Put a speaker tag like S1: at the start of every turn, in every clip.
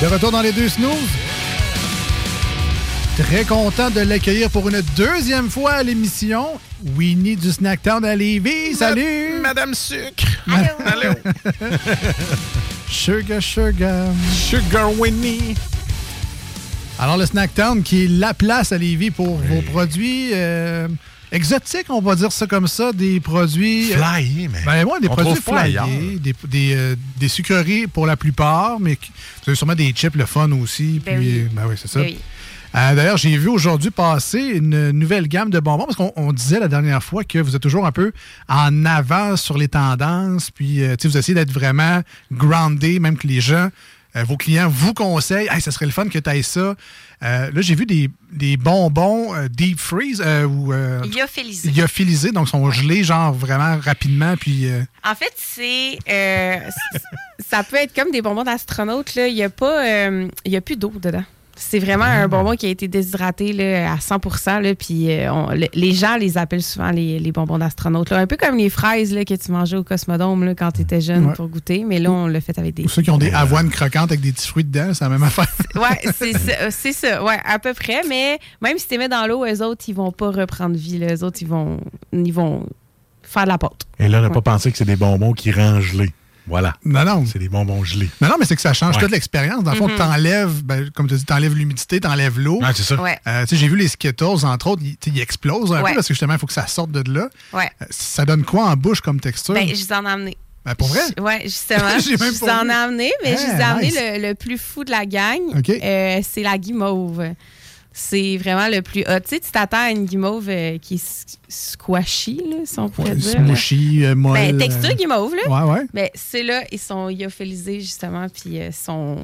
S1: De retour dans les deux snooze. Très content de l'accueillir pour une deuxième fois à l'émission. Winnie du Snacktown à Lévis. Salut!
S2: Madame Sucre. Allô.
S1: Sugar, sugar.
S2: Sugar Winnie.
S1: Alors, le Snacktown qui est la place à Lévis pour vos produits euh, exotiques, on va dire ça comme ça, des produits. euh,
S2: Flyé,
S3: hein,
S2: mais.
S1: Ben ouais, des
S2: on
S1: produits
S2: trouve pas
S1: flyés,
S2: ailleurs.
S1: des, des, euh, des sucreries pour la plupart, mais qui- vous avez sûrement des chips, le fun aussi.
S4: Ben
S1: puis,
S4: oui.
S1: ben oui, c'est ça.
S4: Ben oui.
S1: Euh, D'ailleurs, j'ai vu aujourd'hui passer une nouvelle gamme de bonbons parce qu'on on disait la dernière fois que vous êtes toujours un peu en avance sur les tendances, puis euh, tu sais, vous essayez d'être vraiment groundé, même que les gens, euh, vos clients vous conseillent, hey, ça serait le fun que tu ailles ça. Euh, là, j'ai vu des, des bonbons euh, deep freeze euh, ou euh,
S4: Il a félicité.
S1: lyophilisés, donc sont gelés genre vraiment rapidement, puis euh,
S4: En fait, c'est. euh, c- ça peut être comme des bonbons d'astronaute. là. Il n'y a, pas, euh, il y a plus d'eau dedans. C'est vraiment un bonbon qui a été déshydraté là, à 100 là, puis euh, on- le- les gens les appellent souvent les, les bonbons d'astronaute. là. Un peu comme les fraises là, que tu mangeais au Cosmodome là, quand tu étais jeune
S1: Ouais.
S4: pour goûter, mais là, on l'a fait avec des.
S1: ou ceux qui ont des avoines croquantes avec des petits fruits dedans, c'est la même affaire.
S4: Ouais, c'est ça, euh, c'est ça, ouais, à peu près. Mais même si tu les mets dans l'eau, eux autres, ils vont pas reprendre vie. Les Eux autres, ils vont, ils vont faire de la pâte.
S3: Et là, on n'a
S4: Ouais.
S3: pas pensé que c'est des bonbons qui rendent gelés. Voilà.
S1: non, non.
S3: C'est des bonbons gelés.
S1: Non, non, mais c'est que ça change
S3: Ouais.
S1: toute l'expérience. Dans le fond, t'enlèves, ben, comme tu dis, t'enlèves l'humidité, t'enlèves l'eau.
S3: Ah, c'est ça.
S4: Ouais.
S1: Euh, tu sais, j'ai vu les Skittles, entre autres, ils, tu sais, ils explosent un
S4: Ouais.
S1: peu parce que justement, il faut que ça sorte de là.
S4: Ouais.
S1: Euh, ça donne quoi en bouche comme texture?
S4: Ben, je vous en ai amené.
S1: Ben, pour vrai?
S4: Je- Ouais, justement.
S1: J'ai même
S4: je vous
S1: pas
S4: en
S1: vu.
S4: ai amené, mais je
S1: Ah,
S4: vous ai amené
S1: nice.
S4: le, le plus fou de la gang.
S1: OK.
S4: Euh, c'est la guimauve. C'est vraiment le plus hot. Tu sais, tu t'attends à une guimauve euh, qui est s- squashy, là, si on pourrait dire. là.
S1: Smooshy, euh, molle.
S4: Ben,
S1: euh,
S4: texture guimauve, là.
S1: Ouais, ouais.
S4: Mais ceux-là, ils sont lyophilisés, justement, puis euh, sont...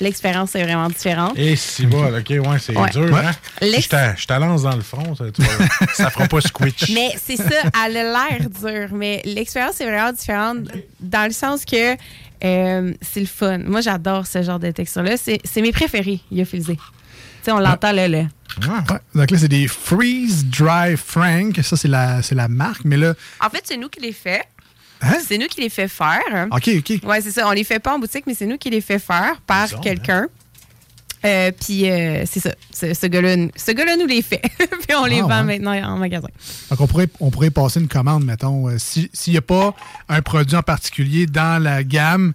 S4: l'expérience est vraiment différente.
S3: Et si bon, OK, ouais, c'est
S4: Ouais.
S3: dur, hein?
S4: Laisse-
S3: Je te- je te lance dans le front, ça, tu vois, ça fera pas squitch.
S4: Mais c'est ça, elle a l'air dure, mais l'expérience est vraiment différente dans le sens que euh, c'est le fun. Moi, j'adore ce genre de texture-là. C'est c'est mes préférés, lyophilisés. Tu sais, on l'entend là, là.
S1: Ouais. Donc là, c'est des Freeze Dry Frank. Ça, c'est la, c'est la marque. Mais là,
S4: En fait, c'est nous qui les fait.
S1: Hein?
S4: C'est nous qui les fait faire.
S1: OK, OK.
S4: Ouais, c'est ça. On les fait pas en boutique, mais c'est nous qui les fait faire par
S3: Bizarre, hein?
S4: quelqu'un. Euh, puis euh, c'est ça, ce, ce gars-là, nous- ce gars-là nous les fait. puis on les
S1: Ah,
S4: vend
S1: ouais.
S4: maintenant en magasin.
S1: Donc, on pourrait, on pourrait passer une commande, mettons. Euh, si- S'il n'y a pas un produit en particulier dans la gamme,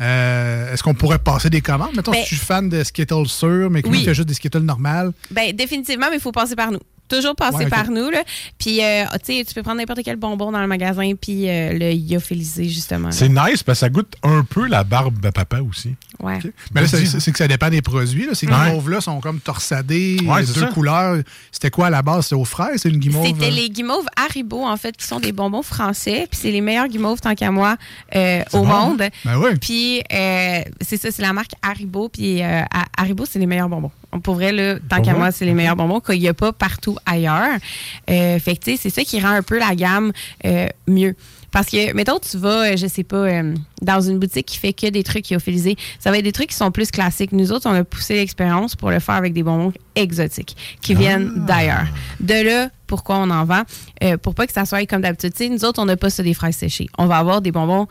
S1: euh, est-ce qu'on pourrait passer des commandes? Mettons,
S4: Ben-
S1: si je suis fan de Skittles sûrs, mais que
S4: Oui.
S1: tu fais juste des Skittles normales.
S4: Ben, définitivement, mais il faut passer par nous. Toujours passer
S1: Ouais, ok.
S4: par nous. Là. Puis, euh, tu sais, tu peux prendre n'importe quel bonbon dans le magasin, puis euh, le lyophilisé, justement. là.
S3: C'est nice parce que ça goûte un peu la barbe de papa aussi.
S4: Ouais.
S1: Mais ben là,
S3: Je
S1: c'est
S3: dis-
S1: c'est- c'est que ça dépend des produits. là. Ces
S3: Ouais.
S1: guimauves-là sont comme torsadées,
S3: Ouais,
S1: les
S3: c'est
S1: deux
S3: ça.
S1: couleurs. C'était quoi à la base? C'était aux fraises? C'est une guimauve?
S4: C'était
S1: euh,
S4: les guimauves Haribo, en fait, qui sont des bonbons français. Puis, c'est les meilleurs guimauves, tant qu'à moi, euh, au
S1: bon, hein?
S4: monde.
S1: Ben oui.
S4: Puis, euh, c'est ça, c'est la marque Haribo. Puis, euh, à- Haribo, c'est les meilleurs bonbons. Pour vrai, là, tant
S3: Pour
S4: qu'à
S3: vrai?
S4: moi, c'est les meilleurs bonbons qu'il n'y a pas partout ailleurs. Euh, fait que, tu sais, c'est ça qui rend un peu la gamme euh, mieux. Parce que, mettons, tu vas, euh, je sais pas, euh, dans une boutique qui fait que des trucs lyophilisés, ça va être des trucs qui sont plus classiques. Nous autres, on a poussé l'expérience pour le faire avec des bonbons exotiques qui viennent d'ailleurs. De là, pourquoi on en vend? Euh, pour pas que ça soit comme d'habitude. Tu sais, nous autres, on n'a pas ça des fraises séchées. On va avoir des bonbons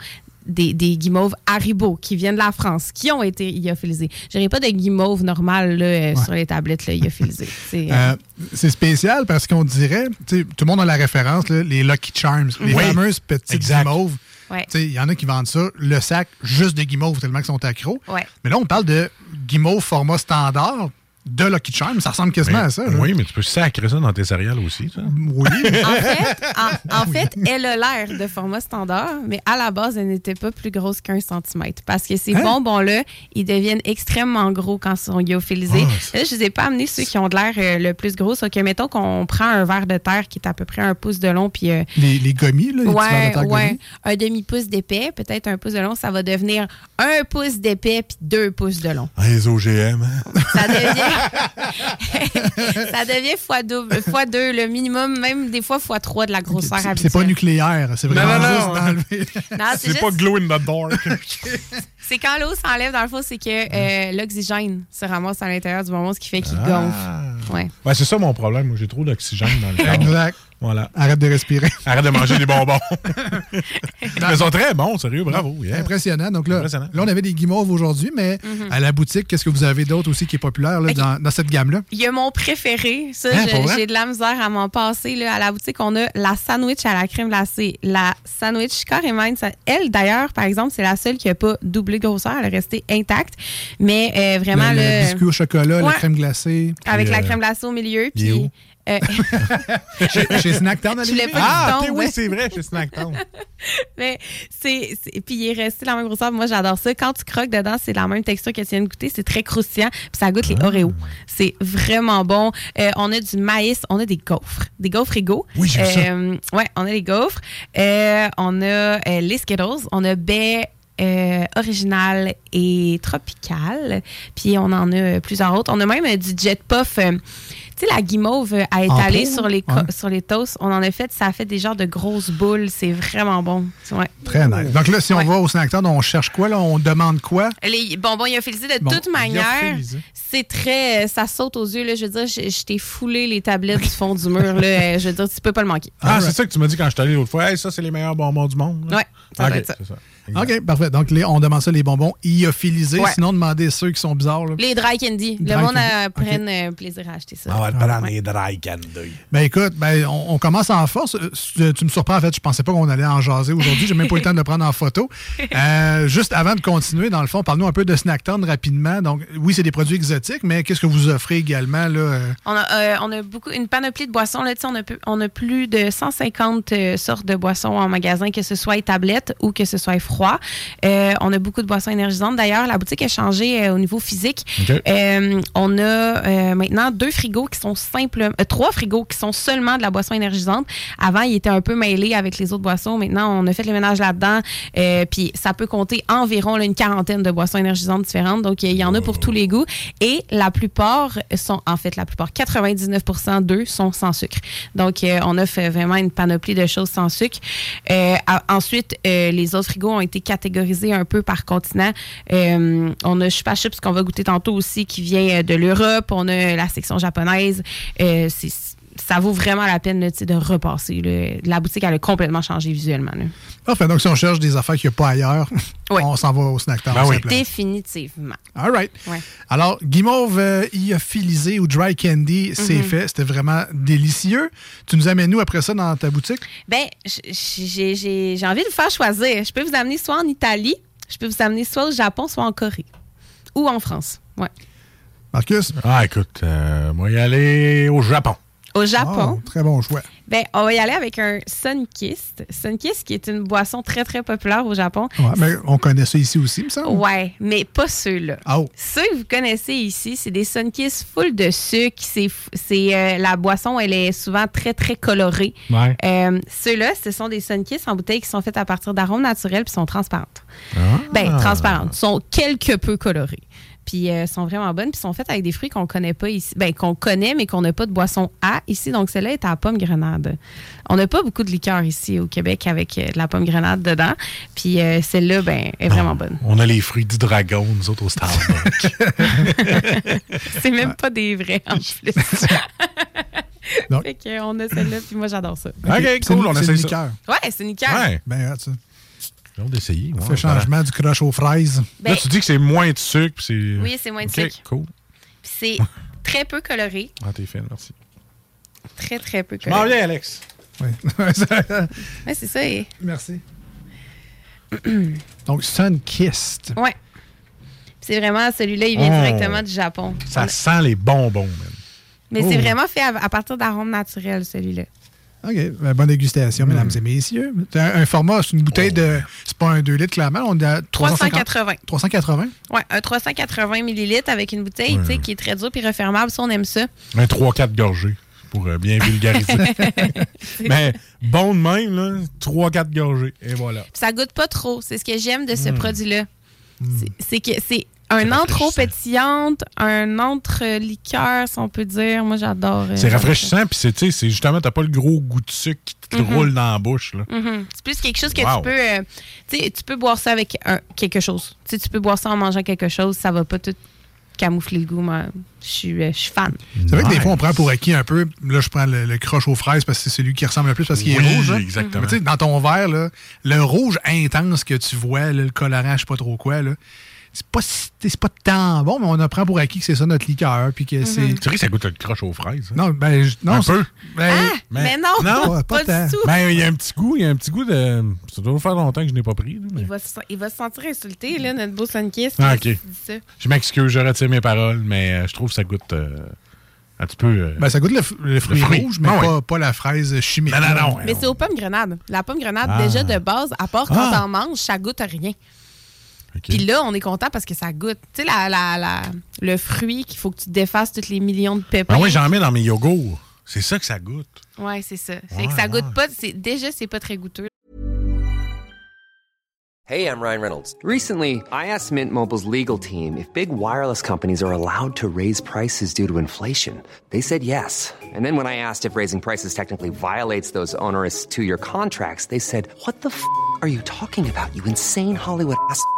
S4: des, des guimauves Haribo qui viennent de la France, qui ont été lyophilisées. Je pas de guimauves normales là, euh, sur les tablettes là, lyophilisées. C'est, euh,
S1: Euh, c'est spécial parce qu'on dirait, tu sais, tout le monde a la référence, là, les Lucky Charms, les
S3: Oui.
S1: fameuses petites
S3: Exact.
S1: guimauves.
S4: Ouais.
S1: Tu sais, Il y en a qui vendent ça, le sac, juste des guimauves tellement qu'ils sont accros.
S4: Ouais.
S1: Mais là, on parle de guimauve format standard de Lucky Charm. Ça ressemble quasiment à ça. là.
S3: oui, mais tu peux sacrer ça dans tes céréales aussi. Ça.
S1: Oui.
S4: En fait, en, en fait, elle a l'air de format standard, mais à la base, elle n'était pas plus grosse qu'un centimètre. Parce que ces
S1: Hein?
S4: bonbons-là, ils deviennent extrêmement gros quand ils sont lyophilisés.
S3: Ah, c'est-
S4: Là, je ne les ai pas amenés ceux qui ont de l'air euh, le plus gros. Sauf que, mettons qu'on prend un verre de terre qui est à peu près un pouce de long, puis euh,
S1: les, les gommis, là, les petits verres de
S4: Ouais,
S1: terre
S4: ouais.
S1: gommis.
S4: Un demi-pouce d'épais, peut-être un pouce de long, ça va devenir un pouce d'épais puis deux pouces de long.
S3: Les OGM.
S4: Ça devient, ça devient fois, double, fois deux, le minimum, même des fois fois trois de la grosseur
S1: C'est- C'est
S4: habituelle.
S1: pas nucléaire, c'est vraiment
S3: non, non.
S1: juste d'enlever.
S4: Non, c'est
S3: C'est
S4: juste-
S3: pas glow in the dark.
S4: c'est quand l'eau s'enlève, dans le fond, c'est que euh, l'oxygène se ramasse à l'intérieur du bonbon, ce qui fait qu'il
S1: Ah.
S4: gonfle. Ouais.
S3: Ouais, c'est ça mon problème. Moi, J'ai trop d'oxygène dans le corps.
S1: exact.
S3: Voilà.
S1: Arrête de respirer.
S3: Arrête de manger des bonbons. Ils sont très bons, sérieux. Bravo. yeah.
S1: Impressionnant. Donc là,
S3: Impressionnant.
S1: là, on avait des guimauves aujourd'hui, mais
S4: Mhm.
S1: à la boutique, qu'est-ce que vous avez d'autre aussi qui est populaire là, dans, dans cette gamme-là?
S4: Il y a mon préféré. Ça,
S1: Hein,
S4: je-
S1: pour vrai?
S4: j'ai de la misère à m'en passer. Là, à la boutique, on a la sandwich à la crème glacée. La sandwich carrément. une sa- Elle, d'ailleurs, par exemple, c'est la seule qui n'a pas doublé de grosseur. Elle est restée intacte. Mais euh, vraiment,
S1: Le-
S4: le-
S1: le biscuit au chocolat, la
S4: Ouais.
S1: crème glacée.
S4: avec
S3: Puis,
S4: la
S3: euh,
S4: crème glacée au milieu.
S3: il est
S4: Puis,
S3: où?
S4: euh,
S1: euh, Chez- Chez Snacktown,
S4: Tu
S1: allez-y.
S4: l'as pas
S3: Ah,
S4: du
S3: ok,
S4: ton,
S3: oui,
S4: ouais.
S3: c'est vrai, chez Snacktown.
S4: mais c'est, c'est- puis il est resté de la même grosseur. Moi, j'adore ça. Quand tu croques dedans, c'est la même texture que tu viens de goûter. C'est très croustillant. Puis ça goûte les
S3: Ah.
S4: Oreos. C'est vraiment bon. Euh, on a du maïs, on a des gaufres, des gaufres égaux.
S3: Oui, j'aime ça.
S4: Euh, ouais, on a les gaufres. Euh, on a euh, les Skittles. On a baie euh, originale et tropicale. Puis on en a euh, plusieurs autres. On a même euh, du Jet Puff. euh, tu sais, la guimauve euh, à étaler
S1: pot,
S4: sur les, co-
S1: ouais.
S4: sur les toasts. On en a fait. Ça a fait des genres de grosses boules. C'est vraiment bon. Ouais.
S1: Très nice. Donc là, si on
S4: Ouais.
S1: va au Snacktown, on cherche quoi? Là? On demande quoi?
S4: Les bonbons lyophilisés, de
S1: Bon,
S4: toute manière,
S1: lyophilisés.
S4: c'est très. euh, Ça saute aux yeux. Là. Je veux dire, je, je t'ai foulé les tablettes du fond du mur. Là. Euh, Je veux dire, tu peux pas le manquer.
S3: Ah, c'est ça que tu m'as dit quand je suis allé l'autre fois. Hey, ça, c'est les meilleurs bonbons du monde. là.
S4: Ouais, ça
S3: Ok,
S4: doit être ça.
S3: c'est ça.
S1: OK, parfait. Donc, les- on demande ça, les bonbons lyophilisés.
S4: Ouais.
S1: Sinon, demandez ceux qui sont bizarres. là.
S4: Les dry candy.
S1: Dry
S4: le monde
S1: candy. Ah
S4: euh, prenne euh, plaisir à acheter ça.
S3: On va le prendre les dry candy.
S1: Ben écoute, ben, on, on commence en force. Euh, Tu, tu me surprends, en fait, je pensais pas qu'on allait en jaser aujourd'hui. J'ai même pas eu le temps de le prendre en photo. Euh, juste avant de continuer, dans le fond, parle-nous un peu de Snacktown rapidement. Donc, oui, c'est des produits exotiques, mais qu'est-ce que vous offrez également? Là? euh?
S4: On a, euh, on a beaucoup, une panoplie de boissons. Là, Tu sais, on, a, pu- on a plus de 150 euh, sortes de boissons en magasin, que ce soit tablette ou que ce soit froid. Euh, on a beaucoup de boissons énergisantes. D'ailleurs, la boutique a changé euh, au niveau physique.
S3: OK.
S4: Euh, on a euh, maintenant deux frigos qui sont simplement, trois frigos qui sont seulement de la boisson énergisante. Avant, ils étaient un peu mêlés avec les autres boissons. Maintenant, on a fait le ménage là-dedans. Euh, Puis ça peut compter environ là, une quarantaine de boissons énergisantes différentes. Donc, il y en a pour tous les goûts. Et la plupart sont, en fait, la plupart, 99 d'eux sont sans sucre. Donc, euh, on offre vraiment une panoplie de choses sans sucre. Euh, a- ensuite, euh, les autres frigos ont été catégorisés un peu par continent. Euh, on a Chupa Chups qu'on va goûter tantôt aussi, qui vient euh, de l'Europe. On a la section japonaise. Euh, c'est- ça vaut vraiment la peine là, tu sais, de repasser. là. La boutique, elle a complètement changé visuellement. là.
S1: Enfin, donc, si on cherche des affaires qu'il n'y a pas ailleurs,
S4: Ouais.
S1: on s'en va au Snacktown.
S3: Ben oui.
S1: simplement.
S4: Définitivement.
S1: All right.
S4: Ouais.
S1: Alors, guimauve euh, lyophilisée ou dry candy, c'est fait. C'était vraiment délicieux. Tu nous amènes, nous, après ça, dans ta boutique?
S4: Ben, j- j'ai j'ai- j'ai envie de vous faire choisir. Je peux vous amener soit en Italie, je peux vous amener soit au Japon, soit en Corée. Ou en France. Ouais.
S1: Marcus?
S3: Ah, écoute, euh, moi, y aller au Japon.
S4: Au Japon,
S1: Oh, très bon choix.
S4: ben, on va y aller avec un Sunkist. Sunkist qui est une boisson très, très populaire au Japon.
S1: Ouais, mais on connaît ça ici aussi, il me semble.
S4: Ouais, mais pas ceux-là.
S1: Ah, oh.
S4: Ceux que vous connaissez ici, c'est des Sunkiss full de sucre. C'est, f- c'est, euh, la boisson, elle est souvent très, très colorée.
S3: Ouais.
S4: Euh, Ceux-là, ce sont des Sunkiss en bouteille qui sont faites à partir d'arômes naturels puis sont transparentes.
S3: Ah.
S4: Ben, transparentes. Sont quelque peu colorées. Puis euh, sont vraiment bonnes. Puis sont faites avec des fruits qu'on connaît pas ici. Ben, qu'on connaît, mais qu'on n'a pas de boisson à ici. Donc, celle-là est à la pomme grenade. On n'a pas beaucoup de liqueurs ici au Québec avec euh, de la pomme grenade dedans. Puis euh, celle-là, ben, est vraiment bonne.
S3: On a les fruits du dragon, nous autres, au Starbucks.
S4: C'est même pas des vrais en plus.
S1: Donc-
S4: fait que on a celle-là, puis moi j'adore ça.
S3: OK,
S1: C'est-
S3: cool, on
S1: c'est
S3: essaye
S1: une
S3: ça.
S1: liqueur.
S4: Ouais, c'est nickel.
S3: ouais.
S1: Ben, regarde ça.
S3: J'ai hâte d'essayer. ouais,
S1: Fait changement du croche aux fraises.
S4: Ben,
S3: là, tu dis que c'est moins de sucre. puis c'est...
S4: Oui, c'est moins de
S3: OK,
S4: sucre.
S3: cool.
S4: puis c'est très peu coloré.
S3: Ah, t'es fine, merci.
S4: Très, très peu
S3: M'en
S4: coloré.
S3: viens, Alex.
S1: Oui.
S4: Ouais, c'est ça. et-
S1: Merci. Donc, Sunkist.
S4: Ouais. C'est vraiment celui-là, il vient
S3: Oh.
S4: directement du Japon.
S3: Ça sent les bonbons, man.
S4: Mais c'est
S1: Oh.
S4: vraiment fait à, à partir d'arômes naturels, celui-là.
S1: OK. ben, bonne dégustation, mesdames et messieurs. C'est Un, un format, c'est une bouteille de. C'est pas un 2 litres, clairement. On est à
S4: 380.
S1: 380.
S4: Ouais, un 380 millilitres avec une bouteille tu sais, qui est très dure puis refermable. Ça, on aime ça.
S3: Un 3-4 gorgées pour euh, bien vulgariser. Mais bon de même, là, 3-4 gorgées. Et voilà.
S4: Puis ça goûte pas trop. C'est ce que j'aime de ce
S3: Mmh.
S4: produit-là. C'est- C'est que c'est un entre pétillante, un entre liqueur, si on peut dire. Moi, j'adore. euh,
S3: C'est rafraîchissant, puis c'est, tu sais, c'est justement, t'as pas le gros goût de sucre qui te
S4: Mm-hmm.
S3: roule dans la bouche. Là.
S4: Mhm. C'est plus quelque chose que
S3: Wow.
S4: tu peux. euh, tu sais, tu peux boire ça avec un- quelque chose. Tu sais, tu peux boire ça en mangeant quelque chose. Ça va pas tout camoufler le goût. Moi, je suis euh, je suis fan.
S1: C'est vrai que des
S3: Nice.
S1: fois, on prend pour acquis un peu. Là, je prends le, le croche aux fraises parce que c'est celui qui ressemble le plus parce qu'il
S3: Oui,
S1: est rouge. hein.
S3: exactement.
S1: Mais tu sais, dans ton verre, là, le rouge intense que tu vois, là, le colorant, je sais pas trop quoi, là, c'est pas, si- c'est pas tant bon, mais on apprend pour acquis que c'est ça notre liqueur. Puis que
S4: Mm.
S1: c'est.
S3: Tu sais que ça goûte le croche aux fraises. hein?
S1: Non, ben, je- non,
S3: Un
S1: c'est-
S3: peu.
S1: ben,
S4: Ah, mais,
S3: mais-
S4: non,
S1: non,
S4: pas,
S1: pas tant.
S4: du tout.
S3: Ben, il y a un petit goût, il y a un petit goût de. Ça doit faire longtemps que je n'ai pas pris. là, mais-
S4: Il va, se, il va se sentir insulté, là, notre beau Sunkist.
S3: Ah, ok.
S4: qui dit ça.
S3: Je m'excuse, je retire mes paroles, mais euh, je trouve que ça goûte euh, un petit peu. euh,
S1: ben, ça goûte le, f- le fruit,
S3: fruit.
S1: rouge, mais
S3: Ah ouais.
S1: pas, pas la fraise chimique.
S3: Non, non, non.
S4: Mais c'est aux pommes grenades. La pomme grenade,
S3: Ah.
S4: déjà de base, à part quand
S3: Ah.
S4: t'en manges, ça goûte à rien.
S3: ok.
S4: Puis là, on est content parce que ça goûte. Tu sais, la, la, la- le fruit qu'il faut que tu défasses tous les millions de pépins.
S3: Ah oui, j'en mets dans mes yogourts. C'est ça que ça goûte.
S4: Ouais, c'est ça. Fait
S3: Ouais,
S4: que ça goûte
S3: ouais.
S4: pas. c'est- Déjà, c'est pas très goûteux.
S5: Hey, I'm Ryan Reynolds. Recently, I asked Mint Mobile's legal team if big wireless companies are allowed to raise prices due to inflation. They said yes. And then when I asked if raising prices technically violates those onerous two year contracts, they said, What the f are you talking about, you insane Hollywood ass? f-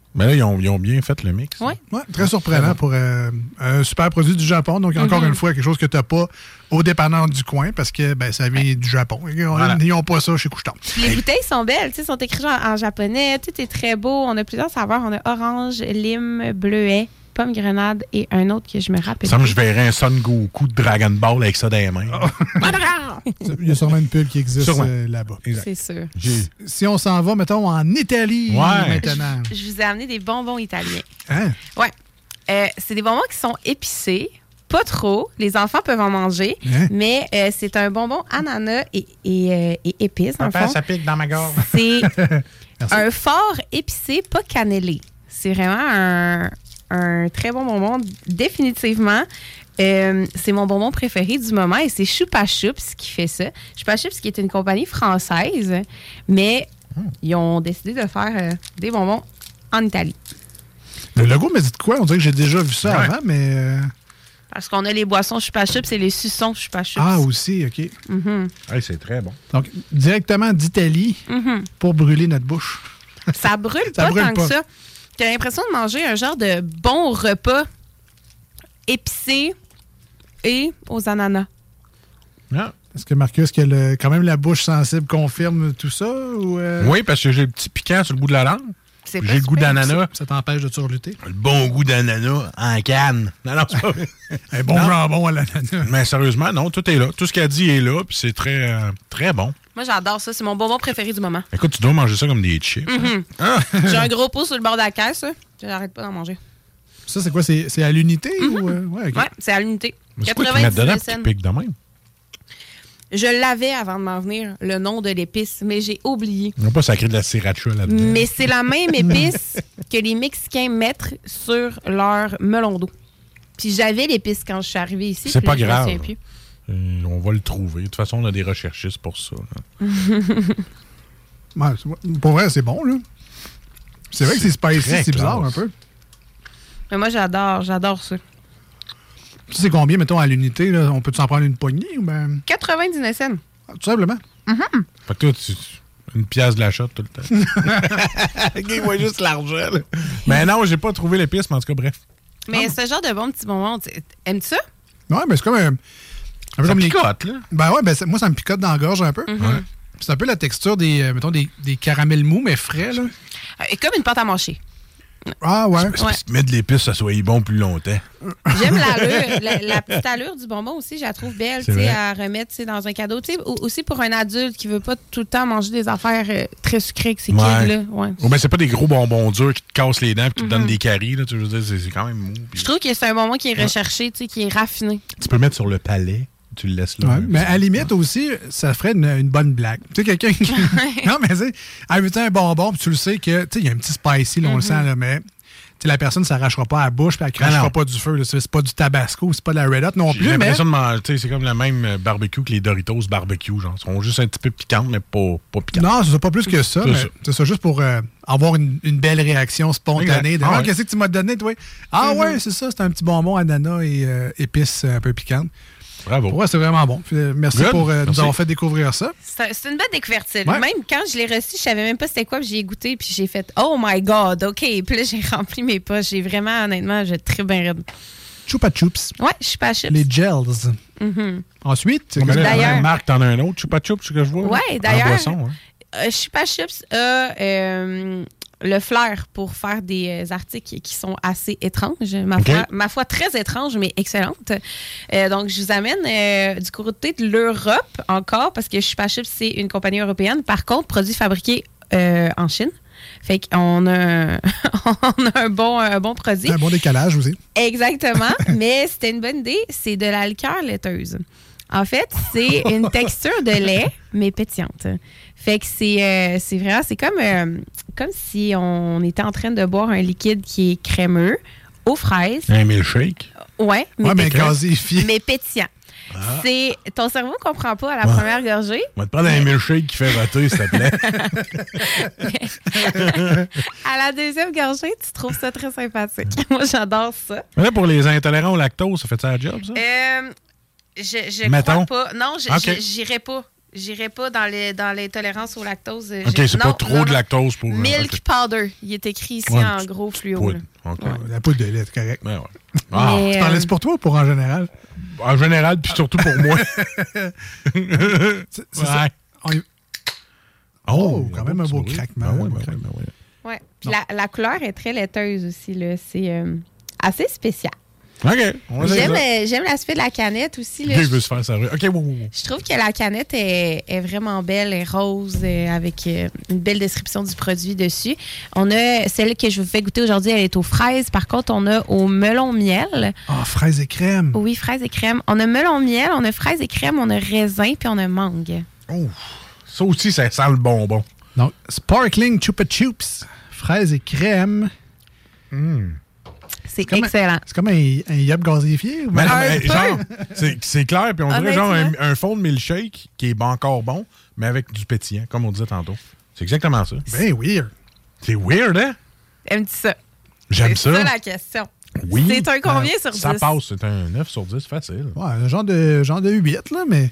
S3: Mais Ben là, ils ont, ils ont bien fait le mix.
S4: ouais.
S1: Ouais,
S3: Ah,
S1: très surprenant pour euh, un super produit du Japon. Donc, encore une fois, quelque chose que tu n'as pas au dépanneur du coin parce que ben, ça vient du Japon. Ils ont-
S3: Voilà.
S1: Ils n'ont pas ça chez Coucheton.
S4: Puis les bouteilles sont belles, tu sais, sont écrites en, en japonais, tout est très beau. On a plusieurs saveurs. On a orange, lime, bleuet, pomme grenade et un autre que je me rappelle.
S3: Ça me semble que je
S4: plus.
S3: verrais un Son Goku de Dragon Ball avec ça dans les mains.
S4: Oh. Ah,
S1: Il y a sûrement une pub qui existe
S3: Sûrement.
S1: euh, là-bas.
S3: Exact.
S4: C'est sûr.
S3: J'ai-
S1: Si on s'en va, mettons, en Italie
S3: Ouais.
S1: maintenant.
S4: Je vous ai amené des bonbons italiens.
S1: Hein?
S4: Ouais. Euh, c'est des bonbons qui sont épicés, pas trop. Les enfants peuvent en manger,
S1: Hein?
S4: mais euh, c'est un bonbon ananas et, et, euh, et épices, dans le fond.
S3: pique dans ma gorge.
S4: C'est un fort épicé, pas cannelé. C'est vraiment un, un très bon bonbon, définitivement. Euh, c'est mon bonbon préféré du moment et c'est Choupa Choups qui fait ça. Choupa Choups qui est une compagnie française, mais ils ont décidé de faire euh, des bonbons en Italie.
S1: Le logo me dit de quoi? On dirait que j'ai déjà vu ça
S3: Ouais.
S1: avant, mais. euh,
S4: Parce qu'on a les boissons Chupa Chups et les suçons Chupa Chups.
S1: Ah, aussi, OK.
S3: c'est très bon.
S1: Donc, directement d'Italie pour brûler notre bouche.
S4: Ça brûle
S1: Ça
S4: pas
S1: brûle
S4: tant
S1: pas.
S4: que ça. T'as l'impression de manger un genre de bon repas épicé et aux ananas.
S3: Ah.
S1: Est-ce que Marcus, qui a le- quand même la bouche sensible, confirme tout ça? Ou, euh,
S3: Oui, parce que j'ai le petit piquant sur le bout de la langue.
S4: C'est
S3: Puis
S4: pas
S3: J'ai le goût
S4: super.
S3: d'ananas.
S1: Ça t'empêche de surlutter?
S3: Le bon goût d'ananas en canne. Non, non, c'est pas vrai.
S1: Un bon
S3: Non.
S1: jambon à l'ananas.
S3: Mais sérieusement, non, tout est là. Tout ce qu'elle dit est là, puis c'est très, euh, très bon.
S4: Moi, j'adore ça. C'est mon bonbon préféré du moment.
S3: Écoute, tu dois manger ça comme des chips. hein?
S1: Mm-hmm.
S4: J'ai un gros pot sur le bord de la caisse. là. J'arrête pas d'en manger.
S1: Ça, c'est quoi? C'est c'est à l'unité? ou, euh, ouais, ok.
S4: Ouais, c'est à l'unité.
S3: Mais c'est quoi qu'ils mettent
S4: 90
S3: dedans
S4: cents.
S3: pour qu'ils piquent de même?
S4: Je l'avais avant de m'en venir, le nom de l'épice, mais j'ai oublié.
S3: Ils n'ont pas sacré de la sriracha là-dedans.
S4: Mais c'est la même épice que les Mexicains mettent sur leur melon d'eau. Puis j'avais l'épice quand je suis arrivée ici.
S3: C'est
S4: puis
S3: pas
S4: je me
S3: grave.
S4: souviens plus.
S3: Et Euh, on va le trouver. De toute façon, on a des recherchistes pour ça. là.
S1: Ouais, c'est- pour vrai, c'est bon, là. C'est vrai que c'est
S3: C'est
S1: spicy,
S3: très
S1: c'est bizarre un
S3: classe.
S1: peu.
S4: Mais moi, j'adore, j'adore ça.
S1: Tu sais combien, mettons, à l'unité, là, on peut s'en prendre une poignée ou ben
S4: 99 cents.
S1: tout simplement.
S3: Fait que toi, tu- une pièce de l'achat tout le temps. Gagne-moi juste l'argent. là. Mais non, j'ai pas trouvé l'épice, mais en tout cas, bref.
S4: Mais ce genre de bon petit bonbon, tu- aimes-tu ça?
S1: Ouais, mais c'est comme un. un peu
S3: Ça
S1: comme
S3: picote,
S1: les...
S3: là.
S1: Ben ouais, ben, ça- moi, ça me picote dans la gorge un peu.
S4: Mhm.
S1: C'est un peu la texture des, euh, mettons, des, des caramels mous, mais frais, là.
S4: Euh, Et comme une pâte à manger.
S1: Ah ouais.
S3: C'est parce que Mettre de l'épice, ça soit bon plus longtemps.
S4: J'aime l'allure, la, la petite allure du bonbon aussi, je la trouve belle,
S3: C'est
S4: tu sais,
S3: vrai.
S4: à remettre tu sais, dans un cadeau. Tu sais, au- aussi pour un adulte qui veut pas tout le temps manger des affaires euh, très sucrées que c'est
S3: Ouais.
S4: là. Ouais. Mm-hmm.
S3: Ou bien, c'est pas des gros bonbons durs qui te cassent les dents et qui te donnent des caries. Là, tu veux dire, c'est- c'est quand même mou. puis
S4: Je trouve que c'est un bonbon qui est recherché, tu sais, qui est raffiné.
S3: Tu peux le mettre sur le palais, tu le laisses là.
S1: Ouais,
S3: hein,
S1: mais
S3: puis-
S1: à la limite aussi, ça ferait une, une bonne blague. Tu sais, quelqu'un qui. non, mais tu sais, ah, veux-tu un bonbon, puis tu le sais que. Tu sais, il y a un petit spicy, là, on le sent, là, mais. tu sais, la personne ne s'arrachera pas à la bouche, puis elle crachera
S3: Ah non.
S1: pas du feu. là. C'est c'est pas du tabasco, c'est pas de la Red Hot non
S3: J'ai
S1: plus, mais.
S3: l'impression de manger. tu sais, C'est comme le même euh, barbecue que les Doritos barbecue. Genre, ils sont juste un petit peu piquantes, mais pas, pas piquantes.
S1: Non, c'est pas plus que ça.
S3: C'est
S1: mais
S3: ça.
S1: C'est ça, juste pour euh, avoir une, une belle réaction spontanée. de,
S3: Exact. Ah
S1: Ah,
S3: ouais.
S1: Qu'est-ce que tu m'as donné, toi? Ah ouais, c'est ça, c'est un petit bonbon ananas et euh, épices euh, un peu piquantes.
S3: Bravo.
S1: Pour moi, c'est vraiment bon. Puis, euh, merci
S3: Good.
S1: pour euh, nous
S3: Merci.
S1: avoir fait découvrir ça.
S4: C'est un- c'est une bonne découverte. ça.
S1: Ouais.
S4: Même quand je l'ai reçu, je savais même pas c'était quoi, puis j'ai goûté, puis j'ai fait Oh my God, OK. Puis là, j'ai rempli mes poches. J'ai vraiment, honnêtement, j'ai très bien raide.
S1: Chupa Chups,
S4: Ouais, je suis pas chips.
S1: les gels.
S4: Mhm.
S1: Ensuite,
S3: Mais là,
S4: D'ailleurs-
S3: Marc, t'en as un autre, Chupa Chups, ce que je vois. là,
S4: Ouais,
S3: en
S4: d'ailleurs-
S3: boisson, hein.
S4: Euh, je suis pas chips a euh, le flair pour faire des euh, articles qui sont assez étranges. Ma,
S3: Ok.
S4: foi, ma foi, très étrange, mais excellente. Euh, donc, je vous amène euh, du côté de l'Europe encore, parce que je suis pas chips, c'est une compagnie européenne. Par contre, produit fabriqué euh, en Chine. Fait qu'on a, un- on a un, bon, un bon produit.
S1: un bon décalage aussi.
S4: Exactement, mais c'était une bonne idée. C'est de la liqueur laiteuse. En fait, c'est une texture de lait, mais pétillante. Fait que c'est euh, c'est vraiment, c'est comme, euh, comme si on était en train de boire un liquide qui est crémeux, aux fraises.
S3: Un milkshake.
S4: Ouais, mais,
S1: Ouais, mais Ah.
S4: pétillant.
S1: gazéifié.
S4: Mais pétillant. C'est Ton cerveau comprend pas à la première gorgée.
S3: On va te prendre un milkshake qui fait voter, s'il te plaît.
S4: À la deuxième gorgée, tu trouves ça très sympathique. Moi, j'adore ça.
S3: Mais là, pour les intolérants au lactose, ça fait ça la job, ça?
S4: Euh, je je
S3: Mettons.
S4: crois pas. Non, je-
S3: Ok.
S4: je- j'irai pas. J'irai pas dans les dans l'intolérance au lactose. euh,
S3: Ok, c'est pas trop de lactose pour. euh,
S4: Milk
S3: ok.
S4: powder, il est écrit ici
S3: Ouais, une
S4: en
S3: petite
S4: gros fluo. là.
S3: Poudre. Ok.
S1: La poudre de lait, c'est correct.
S3: Ouais, ouais. Ah,
S4: Mais,
S1: Tu
S4: euh,
S1: t'en laisses pour toi ou pour en général?
S3: En général, puis surtout pour moi.
S1: C'est- c'est ça.
S3: Ouais.
S1: On y- Oh, quand même un beau craquement,
S3: Ah ouais,
S1: un beau
S3: ben ouais,
S1: craquement.
S3: ben ouais.
S4: ouais. Puis la, la couleur est très laiteuse aussi. là. C'est euh, assez spécial.
S3: OK. On va
S4: J'aime
S3: aller
S4: euh, j'aime l'aspect de la canette aussi.
S3: là.
S4: là.
S3: Lui, il
S4: Je,
S3: veut se faire servir. OK, wow, wow, wow.
S4: je trouve que la canette est, est vraiment belle, est rose, euh, avec euh, une belle description du produit dessus. On a celle que je vous fais goûter aujourd'hui, elle est aux fraises. Par contre, on a au melon miel.
S1: Ah, fraises et crème.
S3: Oh.
S4: Oui, fraises et crème. On a melon miel, on a fraises et crème, on a raisin, puis on a mangue.
S3: Ça aussi, ça sent le bonbon.
S1: Donc, sparkling Chupa Chups, fraises et crème.
S4: C'est
S1: Comme un-
S4: excellent.
S1: C'est comme un, un yop gazéifié. ou-
S3: Mais Ben non,
S4: Un
S3: mais
S4: peu.
S3: genre, c'est- c'est clair, puis on dirait genre un,
S4: Honnêtement.
S3: un fond de milkshake qui est bon- encore bon, mais avec du pétillant, comme on disait tantôt. C'est exactement ça.
S1: Ben weird.
S3: C'est weird, hein?
S4: Aime-tu ça?
S3: J'aime
S4: C'est
S3: ça.
S4: ça la question.
S3: Oui.
S4: C'est un combien
S3: Ah,
S4: sur 10?
S3: Ça passe, c'est un 9 sur 10, facile.
S1: Ouais, un genre de, genre de 8, là, mais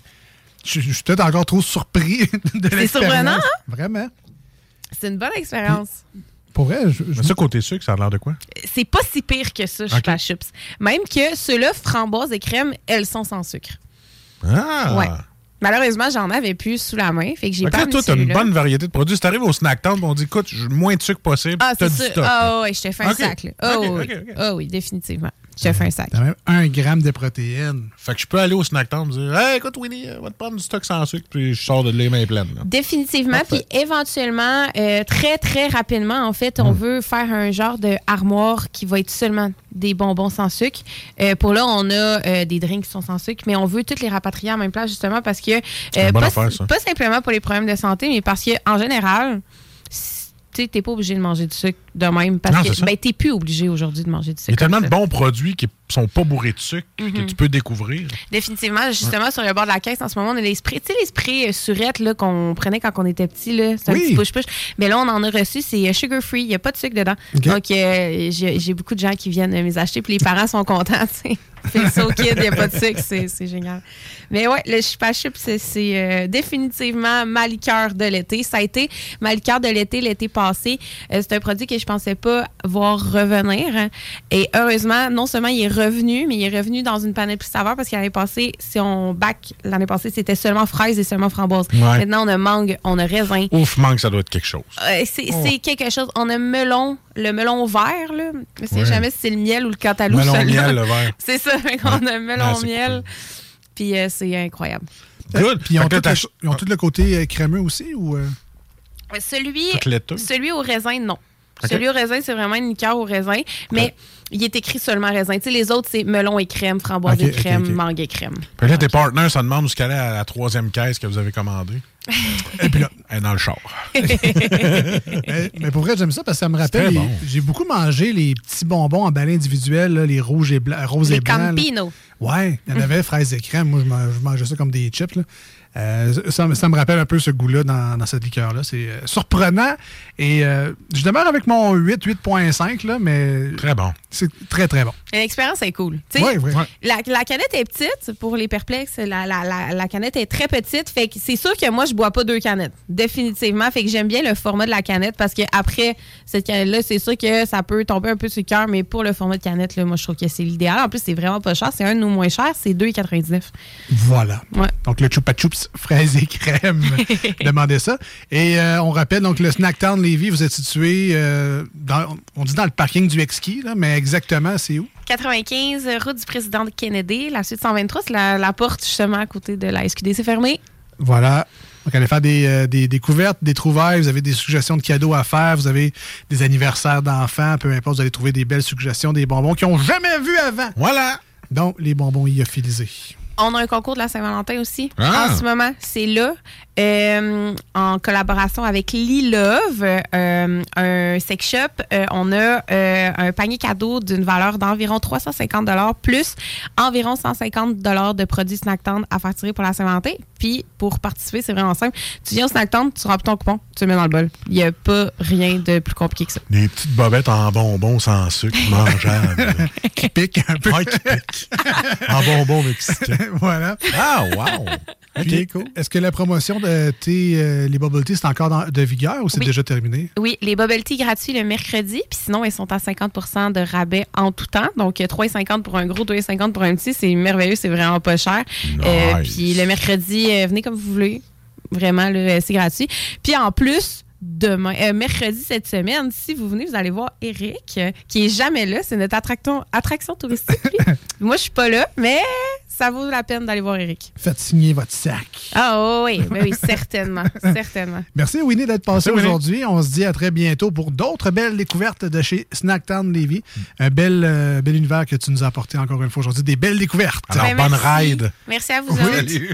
S1: je je suis peut-être encore trop surpris de l'expérience.
S4: surprenant, hein?
S1: Vraiment.
S4: C'est une bonne expérience.
S1: Pour vrai, je, je-
S3: Mais ça, côté sucre, ça a l'air de quoi?
S4: C'est pas si pire que ça, je
S3: Ok.
S4: pas chips. Même que ceux-là, framboises et crème, elles sont sans sucre.
S3: Ah!
S4: Ouais. Malheureusement, j'en avais plus sous la main, fait que j'ai
S3: Fait que
S4: pas
S3: là,
S4: mis
S3: toi, t'as une
S4: celui-là.
S3: bonne variété de produits. Si t'arrives au snack town, on dit, écoute, je- moins de sucre possible,
S4: Ah,
S3: t'as
S4: c'est
S3: du
S4: sûr.
S3: stock.
S4: Ah ouais, je te fais un
S3: Ok.
S4: sac. Là. Oh,
S3: Ok,
S4: oui.
S3: ok, ok.
S4: Ah oui, définitivement. Je te fais un sac.
S1: t'as même un gramme de protéines.
S3: Fait que je peux aller au snack town et dire, hey, écoute, Winnie, euh, va te prendre du stock sans sucre, puis je sors de les mains pleines. là.
S4: Définitivement, puis éventuellement, euh, très, très rapidement, en fait,
S3: Mm.
S4: on veut faire un genre de armoire qui va être seulement des bonbons sans sucre. Euh, pour là, on a euh, des drinks qui sont sans sucre, mais on veut toutes les rapatrier en même place, justement, parce que... euh,
S3: C'est une bonne
S4: pas,
S3: affaire, ça.
S4: pas simplement pour les problèmes de santé, mais parce que en général, si- tu sais, t'es pas obligé de manger du sucre de même, parce
S3: Non, c'est
S4: que
S3: ça.
S4: ben, t'es plus obligé aujourd'hui de manger du sucre.
S3: Il y a tellement
S4: comme
S3: de
S4: ça.
S3: bons produits qui sont pas bourrés de sucre que
S4: Mhm.
S3: tu peux découvrir.
S4: Définitivement, justement, sur le bord de la caisse, en ce moment, on a les sprays. Tu sais, les sprays euh, surettes là, qu'on prenait quand on était petit, là, c'est un
S3: Oui.
S4: petit push-push. Mais là, on en a reçu, c'est euh, sugar-free, il n'y a pas de sucre dedans.
S1: Ok.
S4: Donc, euh, j'ai j'ai beaucoup de gens qui viennent euh, me les acheter, puis les parents sont contents, tu sais. Fais ça au kid, il n'y a pas de sucre, c'est c'est génial. Mais ouais, le chupa chup, c'est c'est, euh, définitivement ma liqueur de l'été. Ça a été ma liqueur de l'été l'été passé. Euh, c'est un produit que je pensais pas voir revenir. hein. Et heureusement, non seulement il est revenu, mais il est revenu dans une panoplie de saveurs parce que l'année passée, si on back l'année passée, c'était seulement fraises et seulement framboises.
S3: Ouais.
S4: Maintenant, on a mangue, on a raisin.
S3: Ouf, manque, ça doit être quelque chose.
S4: Euh, c'est
S3: Oh.
S4: c'est quelque chose. On a melon, le melon vert, là. Je sais
S3: Ouais.
S4: jamais si c'est le miel ou le cantaloupe.
S3: Melon
S4: celui-là.
S3: miel, le vert.
S4: C'est ça, on a melon
S3: Ouais, Ah, c'est
S4: miel. Puis euh, c'est incroyable.
S3: Good.
S1: Puis ils ont,
S3: Fait que
S1: tout
S3: là, t'as- Ah.
S1: le, ils ont tout le côté euh, crémeux aussi ou euh,
S4: Euh, Celui,
S3: Toute laiteuse.
S4: celui au raisin, non.
S3: Ok.
S4: Celui au raisin, c'est vraiment une liqueur au raisin, mais il est écrit seulement raisin. Tu sais, les autres, c'est melon et crème, framboise
S3: Ok,
S4: et crème,
S3: ok, ok.
S4: mangue et crème.
S3: Fait que là, tes partenaires, ça demande où se caler à la troisième caisse que vous avez commandée. Et puis là, elle est dans le char.
S1: mais, mais pour vrai, j'aime ça parce que ça me rappelle.
S3: C'est
S1: les-
S3: bon.
S1: J'ai beaucoup mangé les petits bonbons en balai individuel, là, les rouges et blancs, roses et
S4: Les
S1: blancs. là.
S4: Campino.
S1: Ouais, il y en avait fraises et crème. Moi, je, man- je mangeais ça comme des chips. là. Euh, ça, me- ça me rappelle un peu ce goût-là dans, dans cette liqueur-là. C'est euh, surprenant. Et euh, je demeure avec mon 8, 8.5, là, mais.
S3: Très bon.
S1: C'est très, très bon.
S4: L'expérience est cool. Tu sais,
S1: Ouais, ouais. Ouais.
S4: La, la canette est petite pour les perplexes. La, la- la- la canette est très petite. Fait que c'est sûr que moi, je bois pas deux canettes. Définitivement. Fait que j'aime bien le format de la canette parce que après cette canette-là, c'est sûr que ça peut tomber un peu sur le cœur. Mais pour le format de canette, là, moi, je trouve que c'est l'idéal. En plus, c'est vraiment pas cher. C'est un de nos moins chers. C'est 2,99.
S1: Voilà.
S4: Ouais.
S1: Donc, le Chupa Chups, fraises et crème. Demandez ça. Et euh, on rappelle, donc, le Snacktown Lévis, vous êtes situé, euh, dans, on dit dans le parking du Exquis, là, mais exactement, c'est où?
S4: 95, route du président Kennedy. La suite 123, c'est la, la porte justement à côté de la SQD. C'est fermé.
S1: Voilà. Donc, allez faire des, euh, des découvertes, des trouvailles. Vous avez des suggestions de cadeaux à faire. Vous avez des anniversaires d'enfants. Peu importe, vous allez trouver des belles suggestions, des bonbons qu'ils n'ont jamais vus avant.
S3: Voilà.
S1: Donc, les bonbons lyophilisés.
S4: On a un concours de la Saint-Valentin aussi.
S1: Ah!
S4: En ce moment, c'est là, euh, en collaboration avec Lilove, euh, un sex shop. euh, on a euh, un panier cadeau d'une valeur d'environ 350 plus environ 150 de produits Snack Town à faire tirer pour la Saint-Valentin. Puis, pour participer, c'est vraiment simple. Tu viens au Snack Town, tu remplis ton coupon, tu le mets dans le bol. Il n'y a pas rien de plus compliqué que ça.
S3: Des petites bobettes en bonbons sans sucre, mangeables.
S1: qui piquent un peu.
S3: Ouais, qui piquent. en bonbons mexicains.
S1: voilà.
S3: Ah, wow!
S1: Puis, Est-ce que la promotion de tes, euh, les bubble tea, c'est encore dans- de vigueur ou c'est
S4: Oui.
S1: déjà terminé?
S4: Oui, les bubble tea gratuits le mercredi, puis sinon, ils sont à 50 de rabais en tout temps. Donc, euh, 3,50 pour un gros, 2,50 pour un petit. C'est merveilleux, c'est vraiment pas cher. Euh,
S3: Nice.
S4: puis le mercredi, euh, venez comme vous voulez. Vraiment, là, euh, c'est gratuit. Puis en plus, demain, euh, mercredi cette semaine, si vous venez, vous allez voir Eric, euh, qui est jamais là. C'est notre attracton- attraction touristique. lui. Moi, je suis pas là, mais ça vaut la peine d'aller voir Eric.
S1: Faites signer votre sac.
S4: Ah oui, ben oui, certainement, certainement.
S1: Merci Winnie d'être passé
S3: Winnie.
S1: aujourd'hui. On se dit à très bientôt pour d'autres belles découvertes de chez Snacktown Lévis.
S3: Mm.
S1: Un bel, euh, bel univers que tu nous as apporté encore une fois aujourd'hui. Des belles découvertes.
S3: Alors,
S4: Ben,
S3: bonne
S4: merci.
S3: ride.
S4: Merci à vous
S3: Oui.
S4: autres.
S3: Salut.